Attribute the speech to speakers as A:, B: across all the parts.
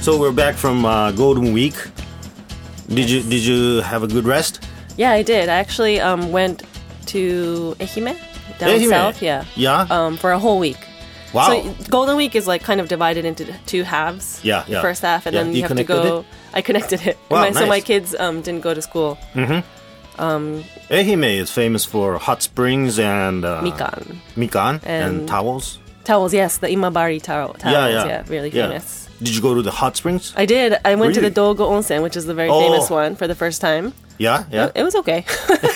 A: So we're back from uh, Golden Week. Did you did you have a good rest?
B: Yeah, I did. I actually um, went to Ehime down
A: Ehime.
B: south. Yeah.
A: Yeah?
B: Um, for a whole week.
A: Wow.
B: So Golden Week is like kind of divided into two halves.
A: Yeah, yeah.
B: The first half, and
A: Yeah,
B: then
A: you
B: you, have to
A: connected
B: go.
A: it?
B: I connected it.
A: Wow,
B: my, So
A: nice.
B: my kids um, didn't go to school.
A: Ehime is famous for hot springs and uh,
B: Mikan
A: mikan and,
B: And-
A: towels.
B: towels, yes, the imabari towel, towels.
A: yeah, yeah,
B: really
A: yeah.
B: famous.
A: Did you go to the hot springs?
B: I did. I went to the
A: Really?
B: Dogo Onsen, which is the very
A: Oh.
B: famous one, for the first time.
A: Yeah, yeah.
B: It was okay.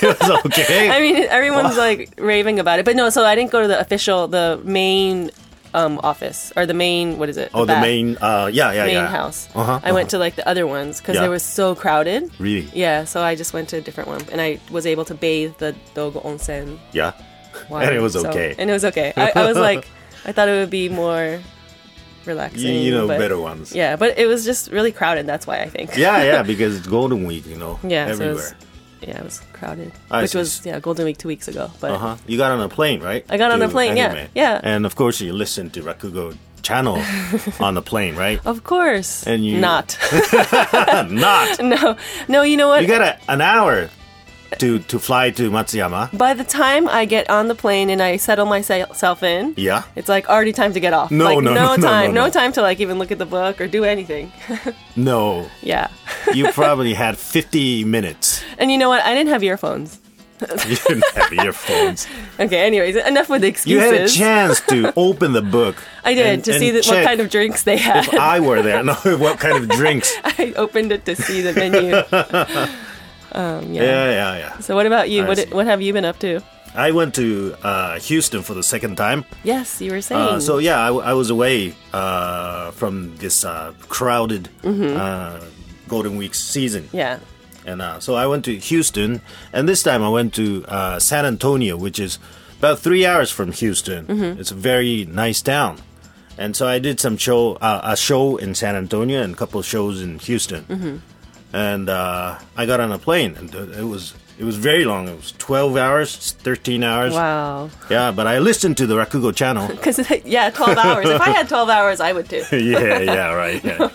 A: it was okay.
B: I mean, everyone's like raving about it, but no. So I didn't go to the official, the main um, office or the main what is it?
A: oh, the
B: back-
A: main. Uh, yeah, yeah,
B: main
A: yeah.
B: house.
A: Uh-huh,
B: I went to like the other ones because
A: Yeah.
B: they were so crowded.
A: Really?
B: Yeah. So I just went to a different one, and I was able to bathe the Dogo Onsen.
A: Yeah.
B: Water,
A: And it was
B: so-
A: okay.
B: and it was okay. I, I was like, I thought it would be more
A: You,
B: relaxing.
A: you know
B: but-
A: better ones.
B: Yeah, but it was just really crowded. That's why I think.
A: yeah, yeah, because it's Golden Week, you know.
B: Yeah, so it
A: everywhere.
B: was, yeah, it was crowded,
A: I
B: which
A: see.
B: was yeah Golden Week two weeks ago. But
A: Uh huh. You got on a plane, right?
B: I got on a
A: To
B: plane, yeah,
A: anime.
B: yeah.
A: And of course, you listen to Rakugo channel on the plane, right?
B: of course,
A: And you-
B: not
A: Not.
B: no no. You know what?
A: You got a, an hour to to fly to Matsuyama.
B: By the time I get on the plane and I settle myself in,
A: Yeah.
B: it's like already time to get off.
A: No,
B: like,
A: no, no, no,
B: time,
A: no, no.
B: time to like even look at the book or do anything.
A: No,
B: yeah,
A: you probably had 50 minutes.
B: and you know what? I didn't have earphones.
A: You didn't have earphones.
B: Okay, anyways, enough with the
A: You
B: excuses.
A: had a chance to open the book.
B: I did
A: and-
B: to
A: and
B: see that, what
A: check
B: kind of drinks they had.
A: If I were there, no, what kind of drinks?
B: I opened it to see the menu. um, yeah.
A: Yeah, yeah, yeah.
B: So what about you?
A: I
B: what
A: see.
B: what have you been up to?
A: I went to uh, Houston for the second time.
B: Yes, you were saying.
A: Uh, so yeah, I, I was away uh, from this uh, crowded
B: Mm-hmm.
A: uh, Golden Week season,
B: yeah.
A: and uh, so I went to Houston, and this time I went to uh, San Antonio, which is about three hours from Houston. It's a very nice town, and so I did some show, uh, a show in San Antonio, and a couple shows in Houston, and uh, I got on a plane, and uh, it was it was very long. It was twelve hours, thirteen hours.
B: Wow.
A: Yeah, but I listened to the Rakugo channel.
B: Because yeah, twelve hours. if I had twelve hours, I would too.
A: yeah, yeah, right. Yeah.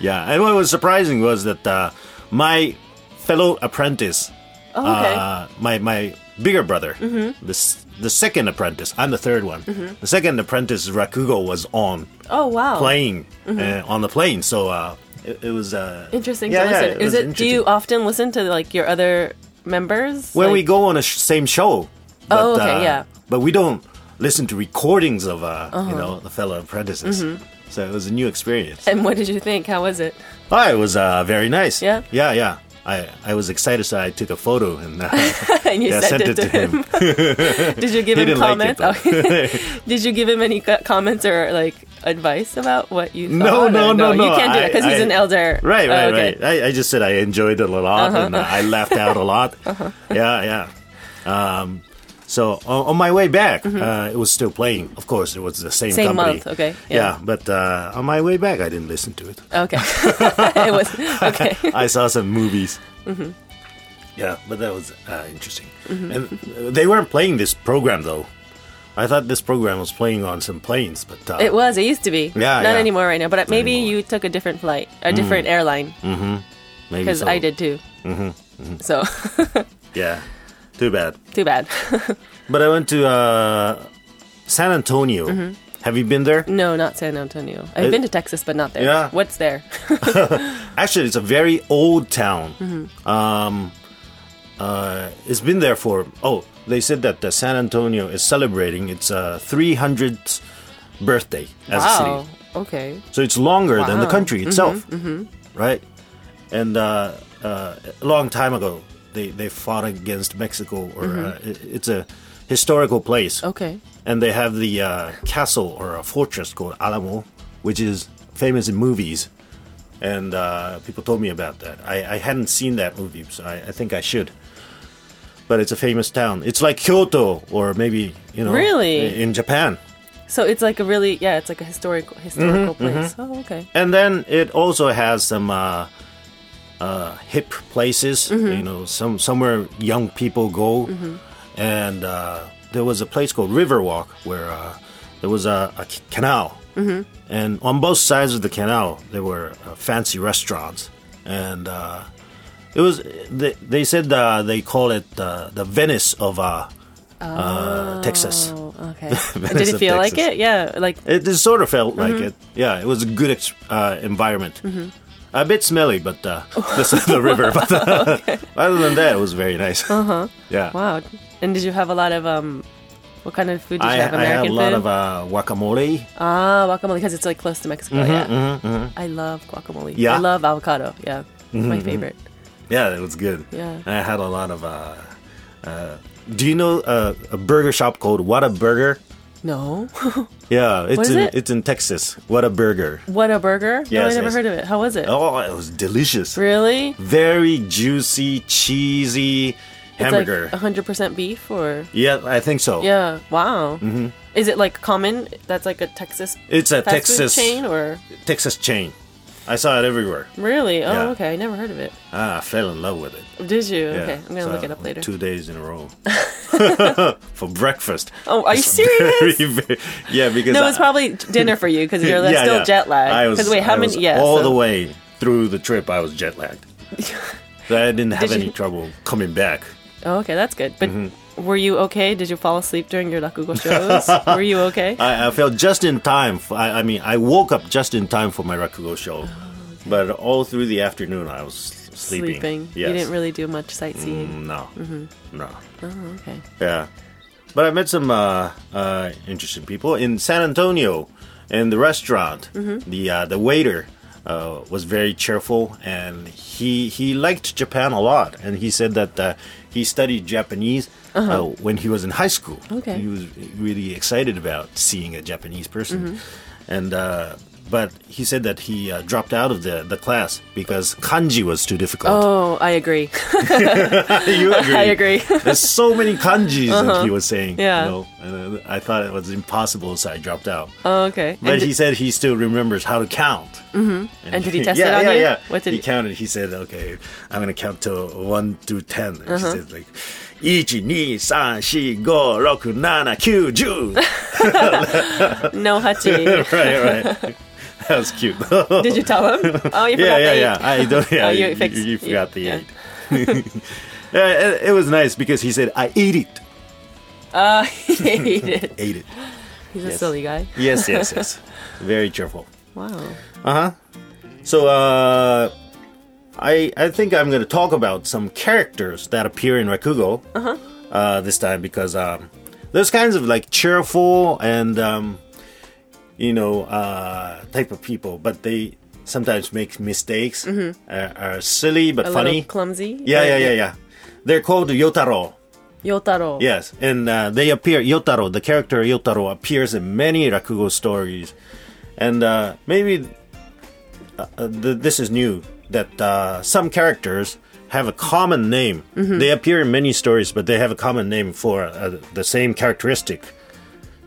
A: yeah, and what was surprising was that uh, my fellow apprentice,
B: Oh, okay. Mm-hmm.
A: uh, my my bigger brother, the s- the second apprentice, I'm the third one. The second apprentice Rakugo was on
B: oh wow.
A: playing uh, on the plane, so uh, it, it was uh,
B: Interesting
A: Yeah,
B: to
A: yeah,
B: listen.
A: it was
B: Is it? Do
A: interesting.
B: you often listen to like your other members?
A: when
B: Like-
A: we go on a sh- same show?
B: Oh, okay, yeah. Uh-huh.
A: But we don't listen to recordings of uh, you know the fellow apprentices.
B: Mm-hmm.
A: So it was a new experience.
B: And what did you think? How was it?
A: Oh, it was uh, very nice.
B: Yeah?
A: yeah, yeah. I, I was excited, so I took a photo and uh,
B: and you
A: yeah,
B: sent, it, to him. did you give
A: He
B: him
A: didn't like it,
B: comments? Oh. did you give him any co- comments or like advice about what you?
A: No,
B: thought? Or
A: no, no, no,
B: You can't do that because
A: I-
B: he's an
A: I-
B: elder.
A: right,
B: Oh,
A: right,
B: okay. Uh-huh.
A: right. I, I just said I enjoyed it a lot and uh, I laughed out a lot. Yeah, yeah. Um, so on, on my way back, uh, it was still playing. Of course, it was the same
B: Mm-hmm. Same
A: company.
B: month, okay,
A: Yeah,
B: yeah.
A: but uh, on my way back, I didn't listen to it.
B: Okay. it was okay.
A: I saw some movies.
B: Mm-hmm.
A: Yeah, but that was uh, interesting. And uh, they weren't playing this program though. I thought this program was playing on some planes, but uh,
B: It was. It used to be.
A: Yeah, yeah.
B: Not anymore right now. But maybe
A: anymore.
B: you took a different flight, a different airline,
A: maybe
B: because
A: so. Mm-hmm,
B: I did too. So
A: Yeah, too bad.
B: too bad.
A: But I went to uh, San Antonio.
B: Mm-hmm.
A: Have you been there?
B: no, not San Antonio. I've
A: It-
B: been to Texas, but not there.
A: Yeah.
B: What's there?
A: Actually, it's a very old town.
B: Mm-hmm.
A: Um, uh, it's been there for oh, they said that uh, San Antonio is celebrating its uh, 300th birthday as a city.
B: wow. Okay.
A: So it's longer than the
B: Wow. Mm-hmm.
A: country itself, right? And uh, uh, a long time ago, they, they fought against Mexico, or
B: Mm-hmm.
A: uh, it, it's a historical place.
B: Okay.
A: And they have the uh, castle or a fortress called Alamo, which is famous in movies. And uh, people told me about that. I, I hadn't seen that movie, so I, I think I should. But it's a famous town. It's like Kyoto, or maybe you know,
B: Really?
A: i- in Japan.
B: So it's like a really yeah, it's like a historical historical
A: Mm-hmm.
B: place. Oh, okay.
A: and then it also has some uh, uh, hip places. You know, some somewhere young people go, and uh, there was a place called Riverwalk where uh, there was a, a c- canal, And on both sides of the canal, there were uh, fancy restaurants, and uh, it was they, they said uh, they call it uh, the Venice of uh, uh, Texas.
B: Oh, okay. Did it feel like
A: Texas.
B: it? Yeah, like
A: It, it sort of felt
B: Mm-hmm.
A: like it. Yeah, it was a good ex- uh, environment. A bit smelly, but uh, the, the river. But uh, other than that, it was very nice. Uh-huh. Yeah.
B: wow. And did you have a lot of um? What kind of food did
A: I,
B: you have?
A: I had a
B: American
A: lot
B: food.
A: of uh, guacamole.
B: ah, guacamole because it's like close to Mexico. yeah, I love guacamole.
A: Mm-hmm, Yeah? Mm-hmm,
B: I love avocado. Yeah, it's my favorite.
A: Yeah, it was good.
B: Yeah.
A: And I had a lot of. Uh, uh, do you know uh, a burger shop called What a Burger?
B: No,
A: Yeah, it's
B: is
A: in
B: it?
A: it's in Texas. What a Burger.
B: what a burger! no, I
A: Yes,
B: never
A: yes.
B: heard of it. How was it?
A: Oh, it was delicious.
B: Really?
A: Very juicy, cheesy hamburger.
B: It's like 100% beef or
A: yeah, I think so.
B: yeah. Wow. Mm-hmm. Is it like common? That's like a Texas
A: It's a
B: fast
A: Texas
B: food chain or
A: Texas chain. I saw it everywhere.
B: really? Oh,
A: Yeah.
B: okay. I never heard of it.
A: Ah, I fell in love with it.
B: Did you?
A: Yeah,
B: Okay, I'm gonna
A: so
B: look it up later.
A: Two days in a row for breakfast.
B: Oh, are you
A: It's
B: serious?
A: very, very- yeah, because
B: No, it's
A: I-
B: probably dinner for you because you're
A: yeah,
B: still
A: yeah.
B: jet
A: I
B: lagged.
A: was-
B: Because wait,
A: I
B: how
A: was
B: many? Yeah,
A: all
B: so-
A: the way through the trip, I was jet lagged. So I didn't have
B: Did you-
A: any trouble coming back.
B: Oh, okay, that's good. But
A: Mm-hmm.
B: were you okay? Did you fall asleep during your Rakugo shows? were you okay?
A: I, I felt just in time. For, I, I mean, I woke up just in time for my Rakugo show, but all through the afternoon, I was sleeping. Yes. Mm,
B: You didn't really do much sightseeing.
A: No. No.
B: Oh,
A: Mm.
B: okay.
A: Yeah. But I met some uh, uh, interesting people in San Antonio in the restaurant.
B: Mm-hmm.
A: The uh, the waiter uh, was very cheerful and he he liked Japan a lot and he said that uh, he studied Japanese uh when he was in high school.
B: Uh-huh. Okay.
A: He was really excited about seeing a Japanese person.
B: Mm-hmm.
A: And uh, but he said that he uh, dropped out of the, the class because kanji was too difficult.
B: Oh, I agree.
A: you agree?
B: I agree.
A: There's so many kanjis that he was saying.
B: Uh-huh. Yeah.
A: You know, and uh, I thought it was impossible, so I dropped out.
B: oh, okay.
A: But
B: And
A: he said he still remembers how to count. Mm-hmm. And,
B: did he test it
A: yeah,
B: on
A: yeah,
B: you?
A: Yeah,
B: What did
A: he
B: he-
A: counted. He said, "Okay, I'm gonna count to one to 10 And
B: Uh-huh.
A: She said like, "一二三四五六七九十
B: no hachi.
A: right, right. That was cute. yeah,
B: Did you tell him? Oh, you forgot
A: yeah,
B: the
A: yeah.
B: eight.
A: I don't. Yeah,
B: Oh,
A: you,
B: you fixed-
A: you- you
B: you-
A: forgot the
B: yeah.
A: eight. yeah, it, it was nice because he said, "I ate it,
B: Uh, he ate it.
A: ate it."
B: He's a
A: Yes.
B: silly guy.
A: Yes, yes, yes. Very cheerful.
B: Wow.
A: So, uh, I I think I'm going to talk about some characters that appear in Rakugo uh this time because um, those kinds of like cheerful and um, you know uh, type of people, but they sometimes make mistakes, are, are silly but
B: A
A: funny.
B: little clumsy.
A: yeah, yeah, yeah, yeah. They're called Yotaro.
B: Yotaro.
A: Yes, and uh, they appear. Yotaro, the character Yotaro, appears in many rakugo stories, and uh, maybe uh, uh, th- this is new that uh, some characters have a common name.
B: Mm-hmm.
A: They appear in many stories, but they have a common name for uh, the same characteristic.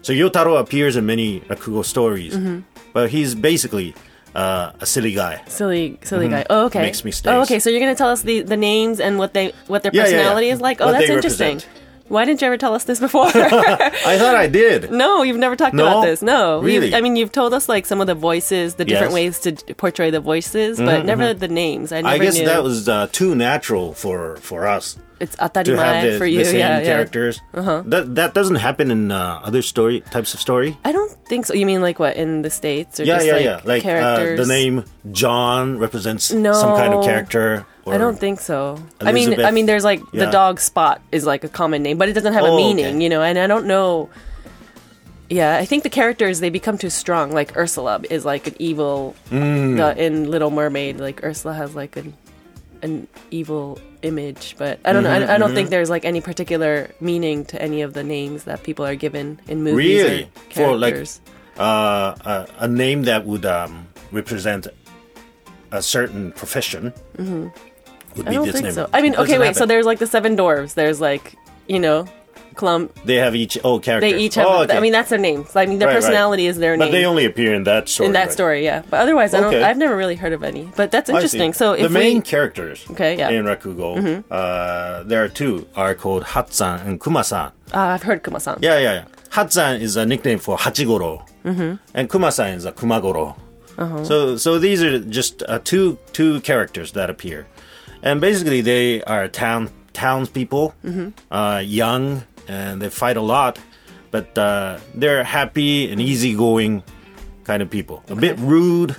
A: So Yotaro appears in many rakugo stories,
B: Mm-hmm.
A: but he's basically uh, a silly guy.
B: Silly, silly guy. Oh, okay.
A: Mm-hmm. Makes mistakes.
B: Oh, okay. So you're gonna tell us the, the names and what they what their
A: Yeah, yeah, yeah.
B: personality is like. Oh,
A: What
B: that's
A: they
B: interesting.
A: represent.
B: Why didn't you ever tell us this before?
A: I thought I did.
B: no, you've never talked
A: No?
B: about this. No, You-
A: Really?
B: I mean, you've told us like some of the voices, the different
A: Yes. Mm-hmm,
B: ways to d- portray the voices, but never the names. I never
A: I guess
B: knew.
A: that was uh, too natural for for us.
B: it's
A: to have
B: atarimae
A: the,
B: for you.
A: the same
B: yeah, Uh-huh. yeah.
A: characters. That that doesn't happen in uh, other story types of story.
B: I don't think so. You mean like what in the states or
A: Yeah,
B: just
A: yeah,
B: like,
A: yeah. Like uh,
B: characters?
A: the name John represents some kind of
B: No.
A: character. Or,
B: I don't think so. I mean, I
A: Elizabeth.
B: mean, there's like
A: Yeah.
B: the dog Spot is like a common name, but it doesn't have
A: Oh,
B: a
A: okay.
B: meaning, you know. And I don't know. Yeah, I think the characters they become too strong. Like Ursula is like an evil.
A: Mm.
B: The, in Little Mermaid, like Ursula has like an an evil image, but I don't know. I, I
A: Mm-hmm,
B: don't think there's like any particular meaning to any of the names that people are given in movies. or
A: Really? For, like,
B: characters.
A: uh, uh, a name that would um, represent a certain profession would be
B: Mm-hmm. I don't
A: this name.
B: think so. I mean,
A: Doesn't
B: okay, wait.
A: happen.
B: So there's like the seven dwarves. There's like you know, Clump.
A: they have each oh character.
B: They each have.
A: Oh, okay.
B: I mean, that's their name. I mean, their
A: Right, right.
B: personality is their
A: but
B: name
A: they only appear in that story.
B: in that
A: right?
B: story. Yeah, but otherwise, I don't.
A: Okay.
B: I've never really heard of any. But that's
A: I see.
B: interesting. So
A: the
B: if
A: main
B: we,
A: characters
B: Okay, yeah.
A: in
B: Mm-hmm.
A: Rakugo, uh, there are two, are called Hatsan and Kumasan.
B: Ah, I've heard Kumasan.
A: Yeah, yeah, yeah. Hatsan is a nickname for Hachigoro,
B: Mm-hmm.
A: and Kumasan is a Kumagoro.
B: Uh-huh.
A: So, so these are just uh, two two characters that appear, and basically they are town townspeople,
B: Mm-hmm.
A: uh, young, and they fight a lot, but uh, they're happy and easygoing kind of people. A bit rude,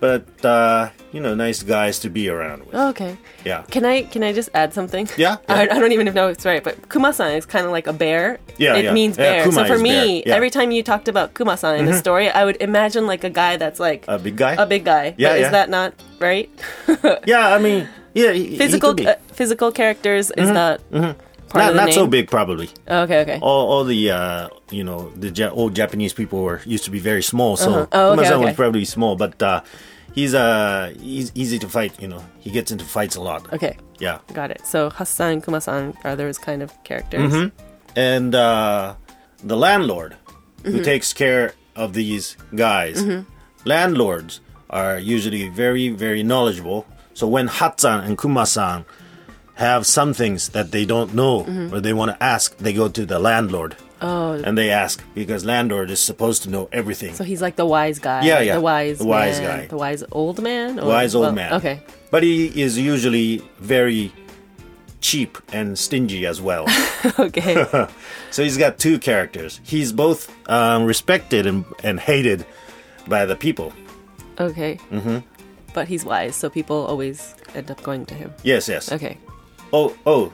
A: but uh, you know, nice guys to be around with.
B: Oh, okay.
A: Yeah.
B: Can I can I just add something?
A: Yeah,
B: I, I
A: yeah.
B: don't even know if it's right, but kumasan is kind of like a bear.
A: Yeah,
B: It
A: yeah.
B: means
A: Yeah,
B: bear.
A: kuma
B: so for
A: is
B: me,
A: bear. Yeah. Mm-hmm.
B: every time you talked about kumasan in the story, I would imagine like a guy that's like
A: A big guy.
B: a big guy.
A: Yeah,
B: but
A: yeah.
B: is that not right?
A: Yeah, I mean, yeah, he- he
B: physical
A: could be. Mm-hmm.
B: uh, physical characters is not part of
A: not
B: the
A: not so
B: name?
A: big probably.
B: Oh, okay, okay.
A: all, all the uh, you know the ja- old Japanese people were used to be very small, so
B: Uh-huh. Oh, okay,
A: Kumasan was
B: okay.
A: probably small, but uh, he's uh he's easy to fight. You know, he gets into fights a lot.
B: Okay,
A: Yeah,
B: got it. So Hassan, Kumasan are those kind of characters.
A: Mm-hmm. and uh, the landlord who
B: Mm-hmm.
A: takes care of these guys, landlords are usually very very knowledgeable. So when Hatsan and Kumasan have some things that they don't know or they want to ask, they go to the landlord.
B: Mm-hmm. Oh,
A: and they ask because landlord is supposed to know everything.
B: so he's like the wise guy.
A: Yeah, yeah.
B: The wise,
A: The wise
B: man,
A: guy.
B: The wise old man. Or,
A: Wise old
B: well,
A: man.
B: Okay.
A: But he is usually very cheap and stingy as well.
B: Okay.
A: so he's got two characters. He's both um, respected and, and hated by the people.
B: Okay. Mm-hmm. But he's wise, so people always end up going to him.
A: Yes, yes.
B: Okay.
A: Oh, oh,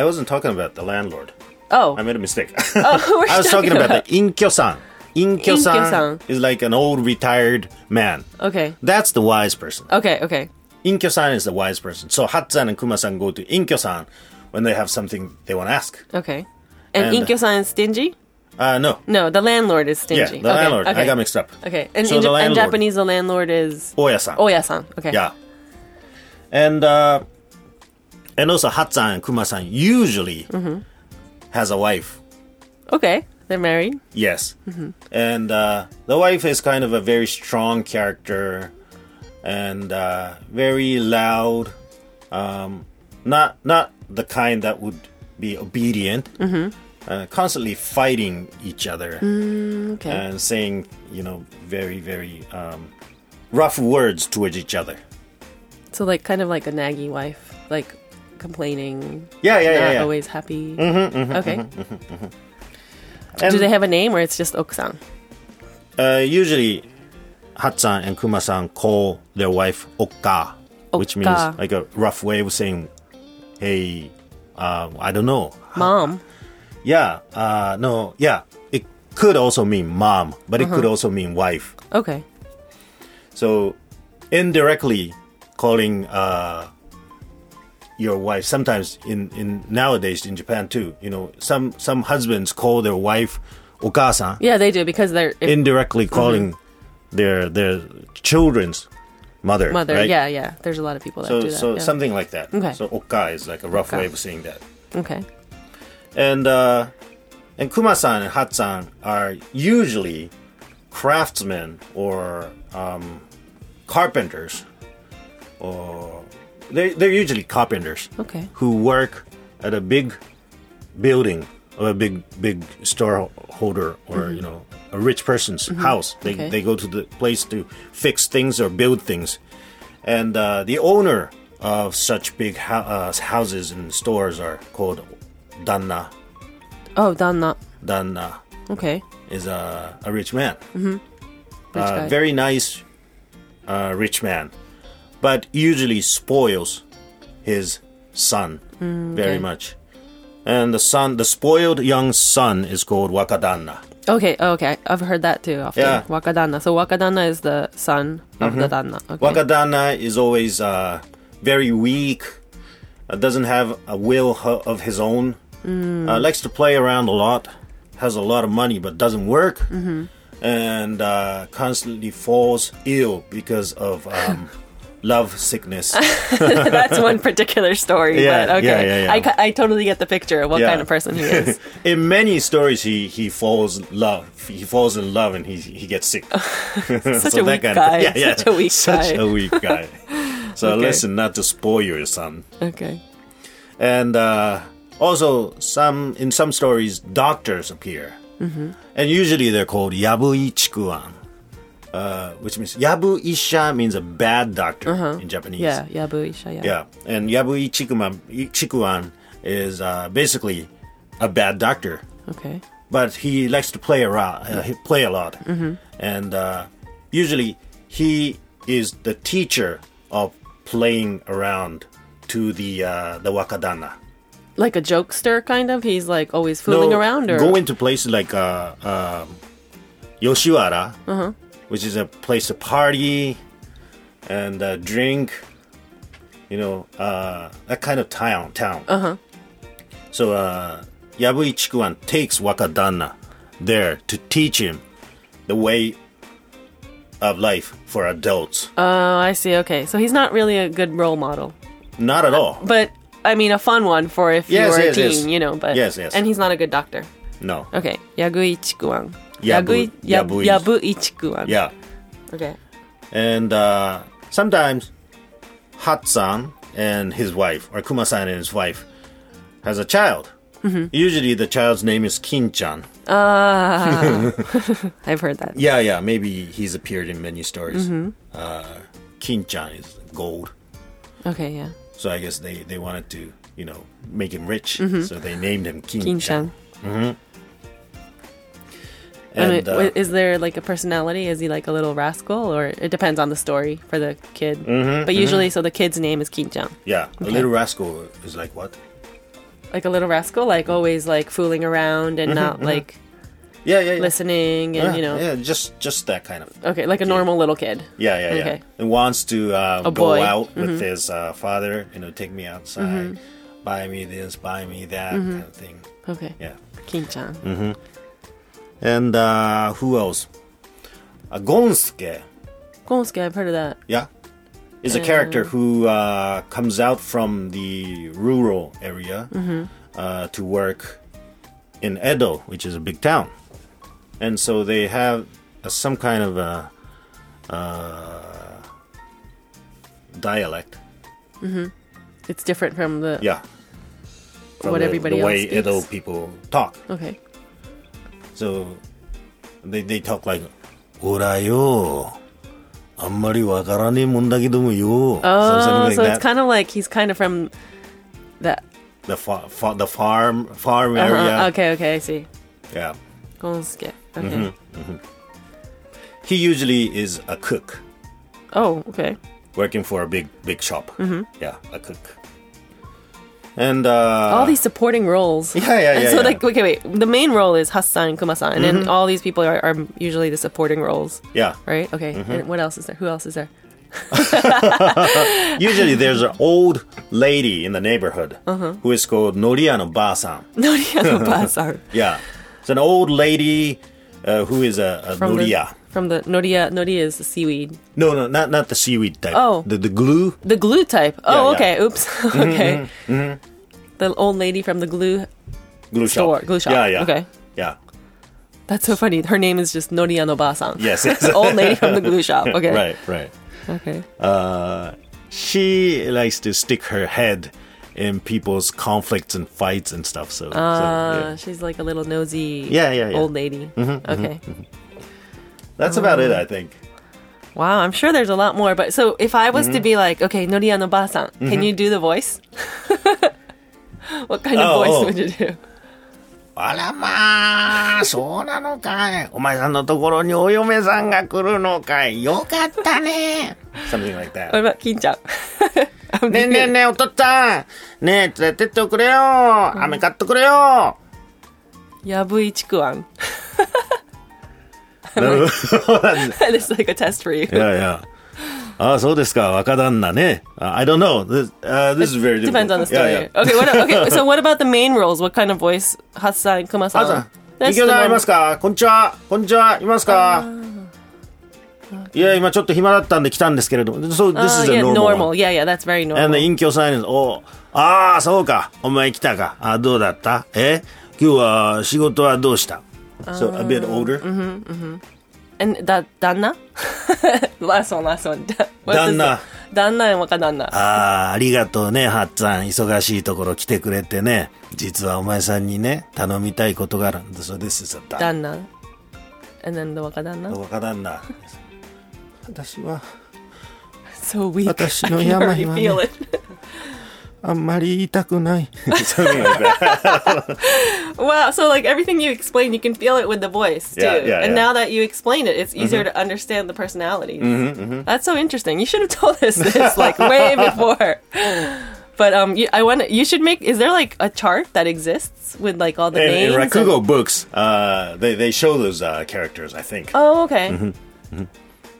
A: I wasn't talking about the landlord.
B: Oh,
A: I made a mistake.
B: who are
A: I
B: you
A: was talking about the Inkyo-san. Inkyo-san
B: Inkyo-san.
A: is like an old retired man.
B: Okay.
A: That's the wise person.
B: Okay. Okay.
A: Inkyo-san is the wise person. So Hatsan and Kuma-san go to Inkyo-san when they have something they want to ask.
B: Okay. And,
A: And-
B: Inkyo-san is stingy.
A: Uh, no.
B: No, the landlord is
A: Yeah,
B: stingy.
A: the
B: okay.
A: landlord.
B: Okay.
A: I got mixed up.
B: Okay. And
A: So
B: in,
A: the
B: Ja- in
A: landlord.
B: Japanese, the landlord is
A: Oya-san.
B: Oya-san. Okay.
A: Yeah. And uh, and also Hatsan and Kuma-san usually has a wife.
B: Okay. They're married.
A: Yes. And uh, the wife is kind of a very strong character and uh, very loud. Um, not not the kind that would be obedient. Uh, constantly fighting each other
B: Okay.
A: and saying, you know, very very um, rough words towards each other.
B: so like kind of like a naggy wife, like complaining.
A: Yeah, yeah,
B: not
A: yeah. Mm-hmm, yeah.
B: always happy. okay.
A: And,
B: Do they have a name or it's just Okusan?
A: uh, usually, Hatsan and Kuma-san call their wife Okka, which means
B: Okka.
A: like a rough way of saying, "Hey, uh, I don't know."
B: Mom.
A: Yeah, uh, no, yeah. It could also mean mom, but it could also mean wife.
B: Okay.
A: So, indirectly calling uh, your wife. Sometimes in, in nowadays in Japan too, you know, some some husbands call their wife okasan,
B: Yeah, they do because they're
A: indirectly
B: Mm-hmm.
A: calling their their children's mother.
B: mother.
A: right?
B: Yeah, yeah. There's a lot of people that
A: So
B: do that.
A: so
B: yeah.
A: something like that.
B: Okay.
A: So oka is like a rough
B: Okka.
A: way of saying that.
B: Okay.
A: and uh, and Kuma-san and Hatsan are usually craftsmen or um, carpenters, or they they're usually carpenters
B: Okay.
A: who work at a big building or a big big storeholder or you know a rich person's house. They
B: Okay.
A: they go to the place to fix things or build things, and uh, the owner of such big ho- uh, houses and stores are called danna.
B: Oh, Donna.
A: Danna
B: Okay.
A: is a, a rich man,
B: Rich
A: a
B: guy.
A: very nice uh, rich man, but usually spoils his son very much. And the son, the spoiled young son, is called Wakadanna.
B: okay. Oh, okay. I've heard that too often.
A: Yeah. Mm-hmm.
B: Wakadana. So Wakadana is the son of the Dana. Okay.
A: Wakadanna is always uh, very weak, uh, doesn't have a will ho- of his own, uh, likes to play around a lot, has a lot of money but doesn't work, and uh, constantly falls ill because of um, love sickness.
B: That's one particular story.
A: Yeah,
B: but okay.
A: yeah, yeah, yeah.
B: I, ca- I totally get the picture of what
A: Yeah.
B: kind of person he is.
A: in many stories, he, he falls in love. He falls in love and he, he gets sick.
B: Such
A: So
B: a
A: that
B: weak
A: kind of-
B: guy.
A: yeah, yeah.
B: Such a weak
A: Such
B: guy.
A: a weak guy. So
B: Okay.
A: listen, not to spoil your son.
B: okay.
A: and uh, also some in some stories doctors appear
B: Mm-hmm.
A: And usually they're called yabui chikuan, uh, which means yabu isha means a bad doctor in Japanese.
B: Uh-huh. Yeah, Yabuisha, yeah.
A: Yeah, and Yabui Chikuman, Chikuan is uh, basically a bad doctor,
B: Okay.
A: but he likes to play around, uh, he play a lot, and uh, usually he is the teacher of playing around to the uh, the wakadana.
B: Like a jokester, kind of? He's like always fooling
A: No,
B: around or.
A: go into places like uh, um Yoshiwara,
B: Uh-huh.
A: which is a place to party and uh, drink. You know, uh, that kind of town. Town. Uh-huh. So uh, Yabui Chikuan takes Wakadana there to teach him the way of life for adults.
B: Oh, I see. Okay. So he's not really a good role model.
A: Not at all.
B: But, I mean, a fun one for if
A: Yes,
B: you were
A: yes,
B: a teen,
A: yes.
B: you know. But
A: Yes, yes.
B: And he's not a good doctor.
A: no.
B: Okay. Yagui Chikuan.
A: Yabu-
B: Yabu,
A: Yabui.
B: Yabu Ichikuan.
A: Yeah.
B: Okay.
A: and uh, sometimes Hatsan and his wife, or Kuma-san and his wife, has a child. Usually, the child's name is Kinchan.
B: I've heard that.
A: Yeah, yeah. Maybe he's appeared in many stories. Uh, Kinchan is gold,
B: Okay, yeah.
A: so I guess they they wanted to you know make him rich, so they named him
B: Kinshan.
A: Mm-hmm. Kinchan.
B: And
A: And,
B: it-
A: uh,
B: is there like a personality? Is he like a little rascal, or it depends on the story for the kid?
A: Mm-hmm,
B: but usually, so the kid's name is Kinchan.
A: yeah, a
B: Okay.
A: little rascal is like what?
B: Like a little rascal, like always like fooling around and not like
A: Yeah, yeah, yeah.
B: listening, and
A: Mm-hmm, yeah,
B: you know,
A: yeah, just just that kind of
B: okay, like a normal little kid.
A: Yeah, yeah,
B: Okay.
A: yeah. And wants to uh, go
B: boy. Mm-hmm.
A: out with his uh, father, you know, take me outside, buy me this, buy me that
B: Mm-hmm.
A: kind of thing.
B: Okay,
A: Yeah. Mm.
B: Kinchan.
A: And uh, who else? Uh, Gonsuke,
B: Gonsuke, I've heard of that.
A: yeah, is a character
B: Oh.
A: who uh, comes out from the rural area
B: Mm-hmm.
A: uh, to work in Edo, which is a big town. And so they have uh, some kind of a uh, dialect.
B: It's different from the
A: Yeah. From
B: What
A: the,
B: everybody
A: the
B: else
A: way
B: speaks?
A: Edo people talk.
B: okay.
A: So they, they talk like, Ora yo, ammari wakarane mondakidomo yo.
B: Oh, so
A: that.
B: it's kind of like he's kind of from that.
A: the, fa- fa- the farm farm
B: uh-huh,
A: area.
B: Okay, okay, I see.
A: Yeah.
B: Gonsuke. Okay.
A: Mm-hmm. He usually is a cook
B: Oh, okay.
A: working for a big big shop.
B: Mm-hmm.
A: Yeah, a cook. And uh,
B: all these supporting roles.
A: Yeah, yeah,
B: And
A: yeah, yeah.
B: so
A: Mm-hmm.
B: like, okay, wait. The main role is Hassan and Kumasan, and all these people are, are usually the supporting roles,
A: yeah,
B: right? Okay.
A: Mm-hmm.
B: And what else is there? Who else is there?
A: usually there's an old lady in the neighborhood
B: Uh-huh.
A: who is called Noria no Ba-san.
B: Noriano Bazaar
A: Yeah. It's an old lady uh, who is a, a
B: from
A: noria.
B: the from the Noria. Noria is the seaweed,
A: No, no, not not the seaweed type.
B: Oh.
A: The, the glue.
B: the glue type. Oh,
A: Yeah, Mm-hmm, yeah.
B: okay. Oops. okay. The old lady from the glue
A: Glue
B: store,
A: shop.
B: glue shop.
A: Yeah, yeah.
B: Okay.
A: Yeah.
B: That's so funny. Her name is just Noria Nobasan.
A: Yes, yes.
B: the old lady from the glue shop. Okay.
A: Right, right.
B: Okay.
A: Uh, she likes to stick her head in people's conflicts and fights and stuff. So, so,
B: Uh,
A: yeah.
B: She's like a little nosy
A: Yeah, yeah, Mm-hmm, yeah.
B: old lady. okay.
A: that's about it, I
B: Mm.
A: think.
B: Wow, I'm sure there's a lot more. But so if I was
A: Mm-hmm.
B: to be like, okay, Noria no san can you do the voice? what kind of
A: Oh,
B: voice
A: oh.
B: would you do?
A: あらまあ、そうなのかい。お前さんのところにお嫁さんが来るのかい。よかった ね。Something like that.
B: What about Kinchan? I'm
A: ねえ
B: thinking-
A: ねえねえ、お父っつぁん。ねえ、連れてっておくれよ。飴買ってくれよ。
B: Yabui Chikuan. This is like a test for you.
A: いやいや。ああ、そうですか。若旦那ね。あ I don't know. This, uh, this is very difficult.
B: Depends on the story.
A: Yeah, yeah.
B: Okay, what, okay, so what about the main roles? What kind of voice? Hassan and Kuma-san.
A: あさん、い
B: That's
A: け
B: the
A: ないい
B: one-
A: ますかこんにちは。こんにちは。いますかいや、今ちょっと暇だったんで来たんですけれども。So, this
B: Oh,
A: is a
B: yeah,
A: normal.
B: normal. Yeah, yeah, that's very normal.
A: And the 隠居さん is, おああ、そうか。お前来たか。あどうだったえ今日は仕事はどうした So, a bit older.
B: And da- Danna? last one, last one. What is
A: Danna.
B: the- 旦那やわか旦那。
A: ああ、ありがとうね、はっちゃん。忙しいところ来てくれてね。実はお前さんにね、頼みたいことがあるんだ。そうです、さった。
B: 旦那。And then the 若旦那。
A: 若旦那。私は
B: So weak.
A: 私
B: I
A: の
B: can
A: 病
B: already
A: はね
B: feel it.
A: あんまり言いたくない。
B: Wow, so like everything you explain, you can feel it with the voice too.
A: Yeah, yeah,
B: and
A: yeah. Mm-hmm.
B: now that you explain it, it's easier to understand the personalities. That's so interesting. You should have told us this like way before. But um, you, I want you should make. Is there like a chart that exists with like all the
A: in, in
B: names? and-
A: Rakugo books, uh, they they show those uh, characters, I think.
B: oh, okay.
A: Mm-hmm.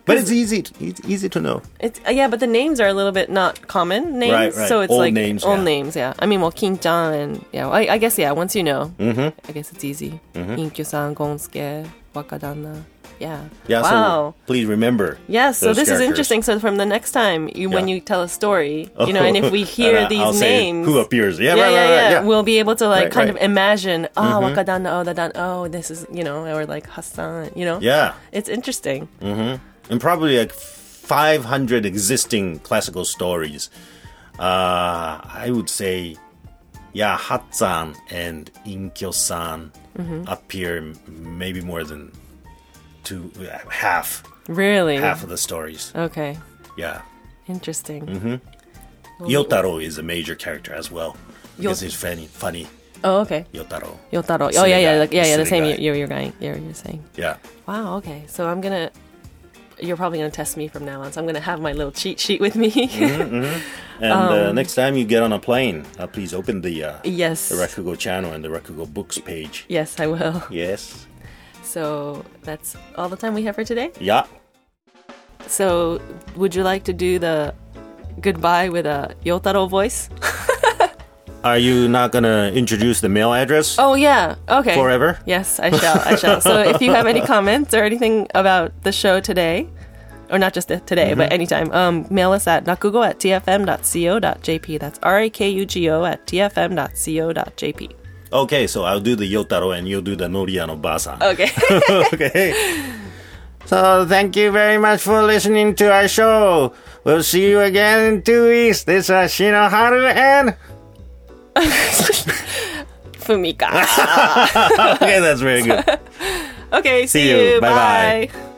A: but it's easy, to, it's easy to know.
B: It's uh, yeah, but the names are a little bit not common names,
A: Right, right.
B: so it's
A: Old
B: like
A: names,
B: old
A: yeah.
B: names. Yeah, I mean, well, Kinchan and yeah, I, I guess yeah. Once you know,
A: Mm-hmm.
B: I guess it's easy. Inkyu-san, Gonsuke, Wakadana. Yeah.
A: Yeah.
B: Wow.
A: So please remember.
B: yes. So
A: those
B: this is
A: characters.
B: interesting. So from the next time you when
A: Yeah.
B: you tell a story, you know, and if we hear
A: And I-
B: these
A: I'll say
B: names,
A: who appears? Yeah,
B: yeah,
A: right,
B: yeah,
A: right, right,
B: yeah,
A: yeah.
B: We'll be able to like
A: Right,
B: kind
A: right. Mm-hmm.
B: of imagine, oh, Wakadana, oh, Dadan, oh, this is you know, or like Hassan, you know.
A: yeah,
B: It's interesting.
A: and probably like 500 existing classical stories. Uh, I would say, yeah, Hatsan and Inkyo-san appear m- maybe more than two, uh, half,
B: Really.
A: half of the stories.
B: Okay.
A: Yeah.
B: Interesting.
A: Mm-hmm. Yotaro is a major character as well. Because he's funny, funny
B: Oh, okay.
A: Yotaro.
B: Yotaro.
A: The
B: Oh yeah,
A: silly
B: yeah,
A: guy.
B: like, yeah,
A: The
B: yeah.
A: silly
B: The same
A: guy.
B: you, you're going. You're, you're saying.
A: Yeah.
B: Wow. Okay. So I'm gonna. You're probably gonna test me from now on. So I'm gonna have my little cheat sheet with me.
A: Mm-hmm. And uh, next time you get on a plane, uh, please open the, uh,
B: yes.
A: the Rakugo channel and the Rakugo books page.
B: Yes, I will.
A: Yes.
B: So that's all the time we have for today.
A: Yeah.
B: So would you like to do the goodbye with a Yotaro voice?
A: Are you not going to introduce the mail address
B: Oh yeah. Okay.
A: forever?
B: Yes, I shall. I shall. So if you have any comments or anything about the show today, or not just the- today,
A: Mm-hmm.
B: but anytime, um, mail us at rakugo at tfm.co.jp. That's R A K U G O at tfm.co.jp.
A: Okay, so I'll do the Yotaro and you'll do the Noriano Basa.
B: Okay.
A: okay. So thank you very much for listening to our show. We'll see you again in two weeks. This is Shinoharu and...
B: Fumika.
A: Okay, that's very good.
B: Okay, see,
A: See you.
B: you.
A: Bye-bye.
B: Bye.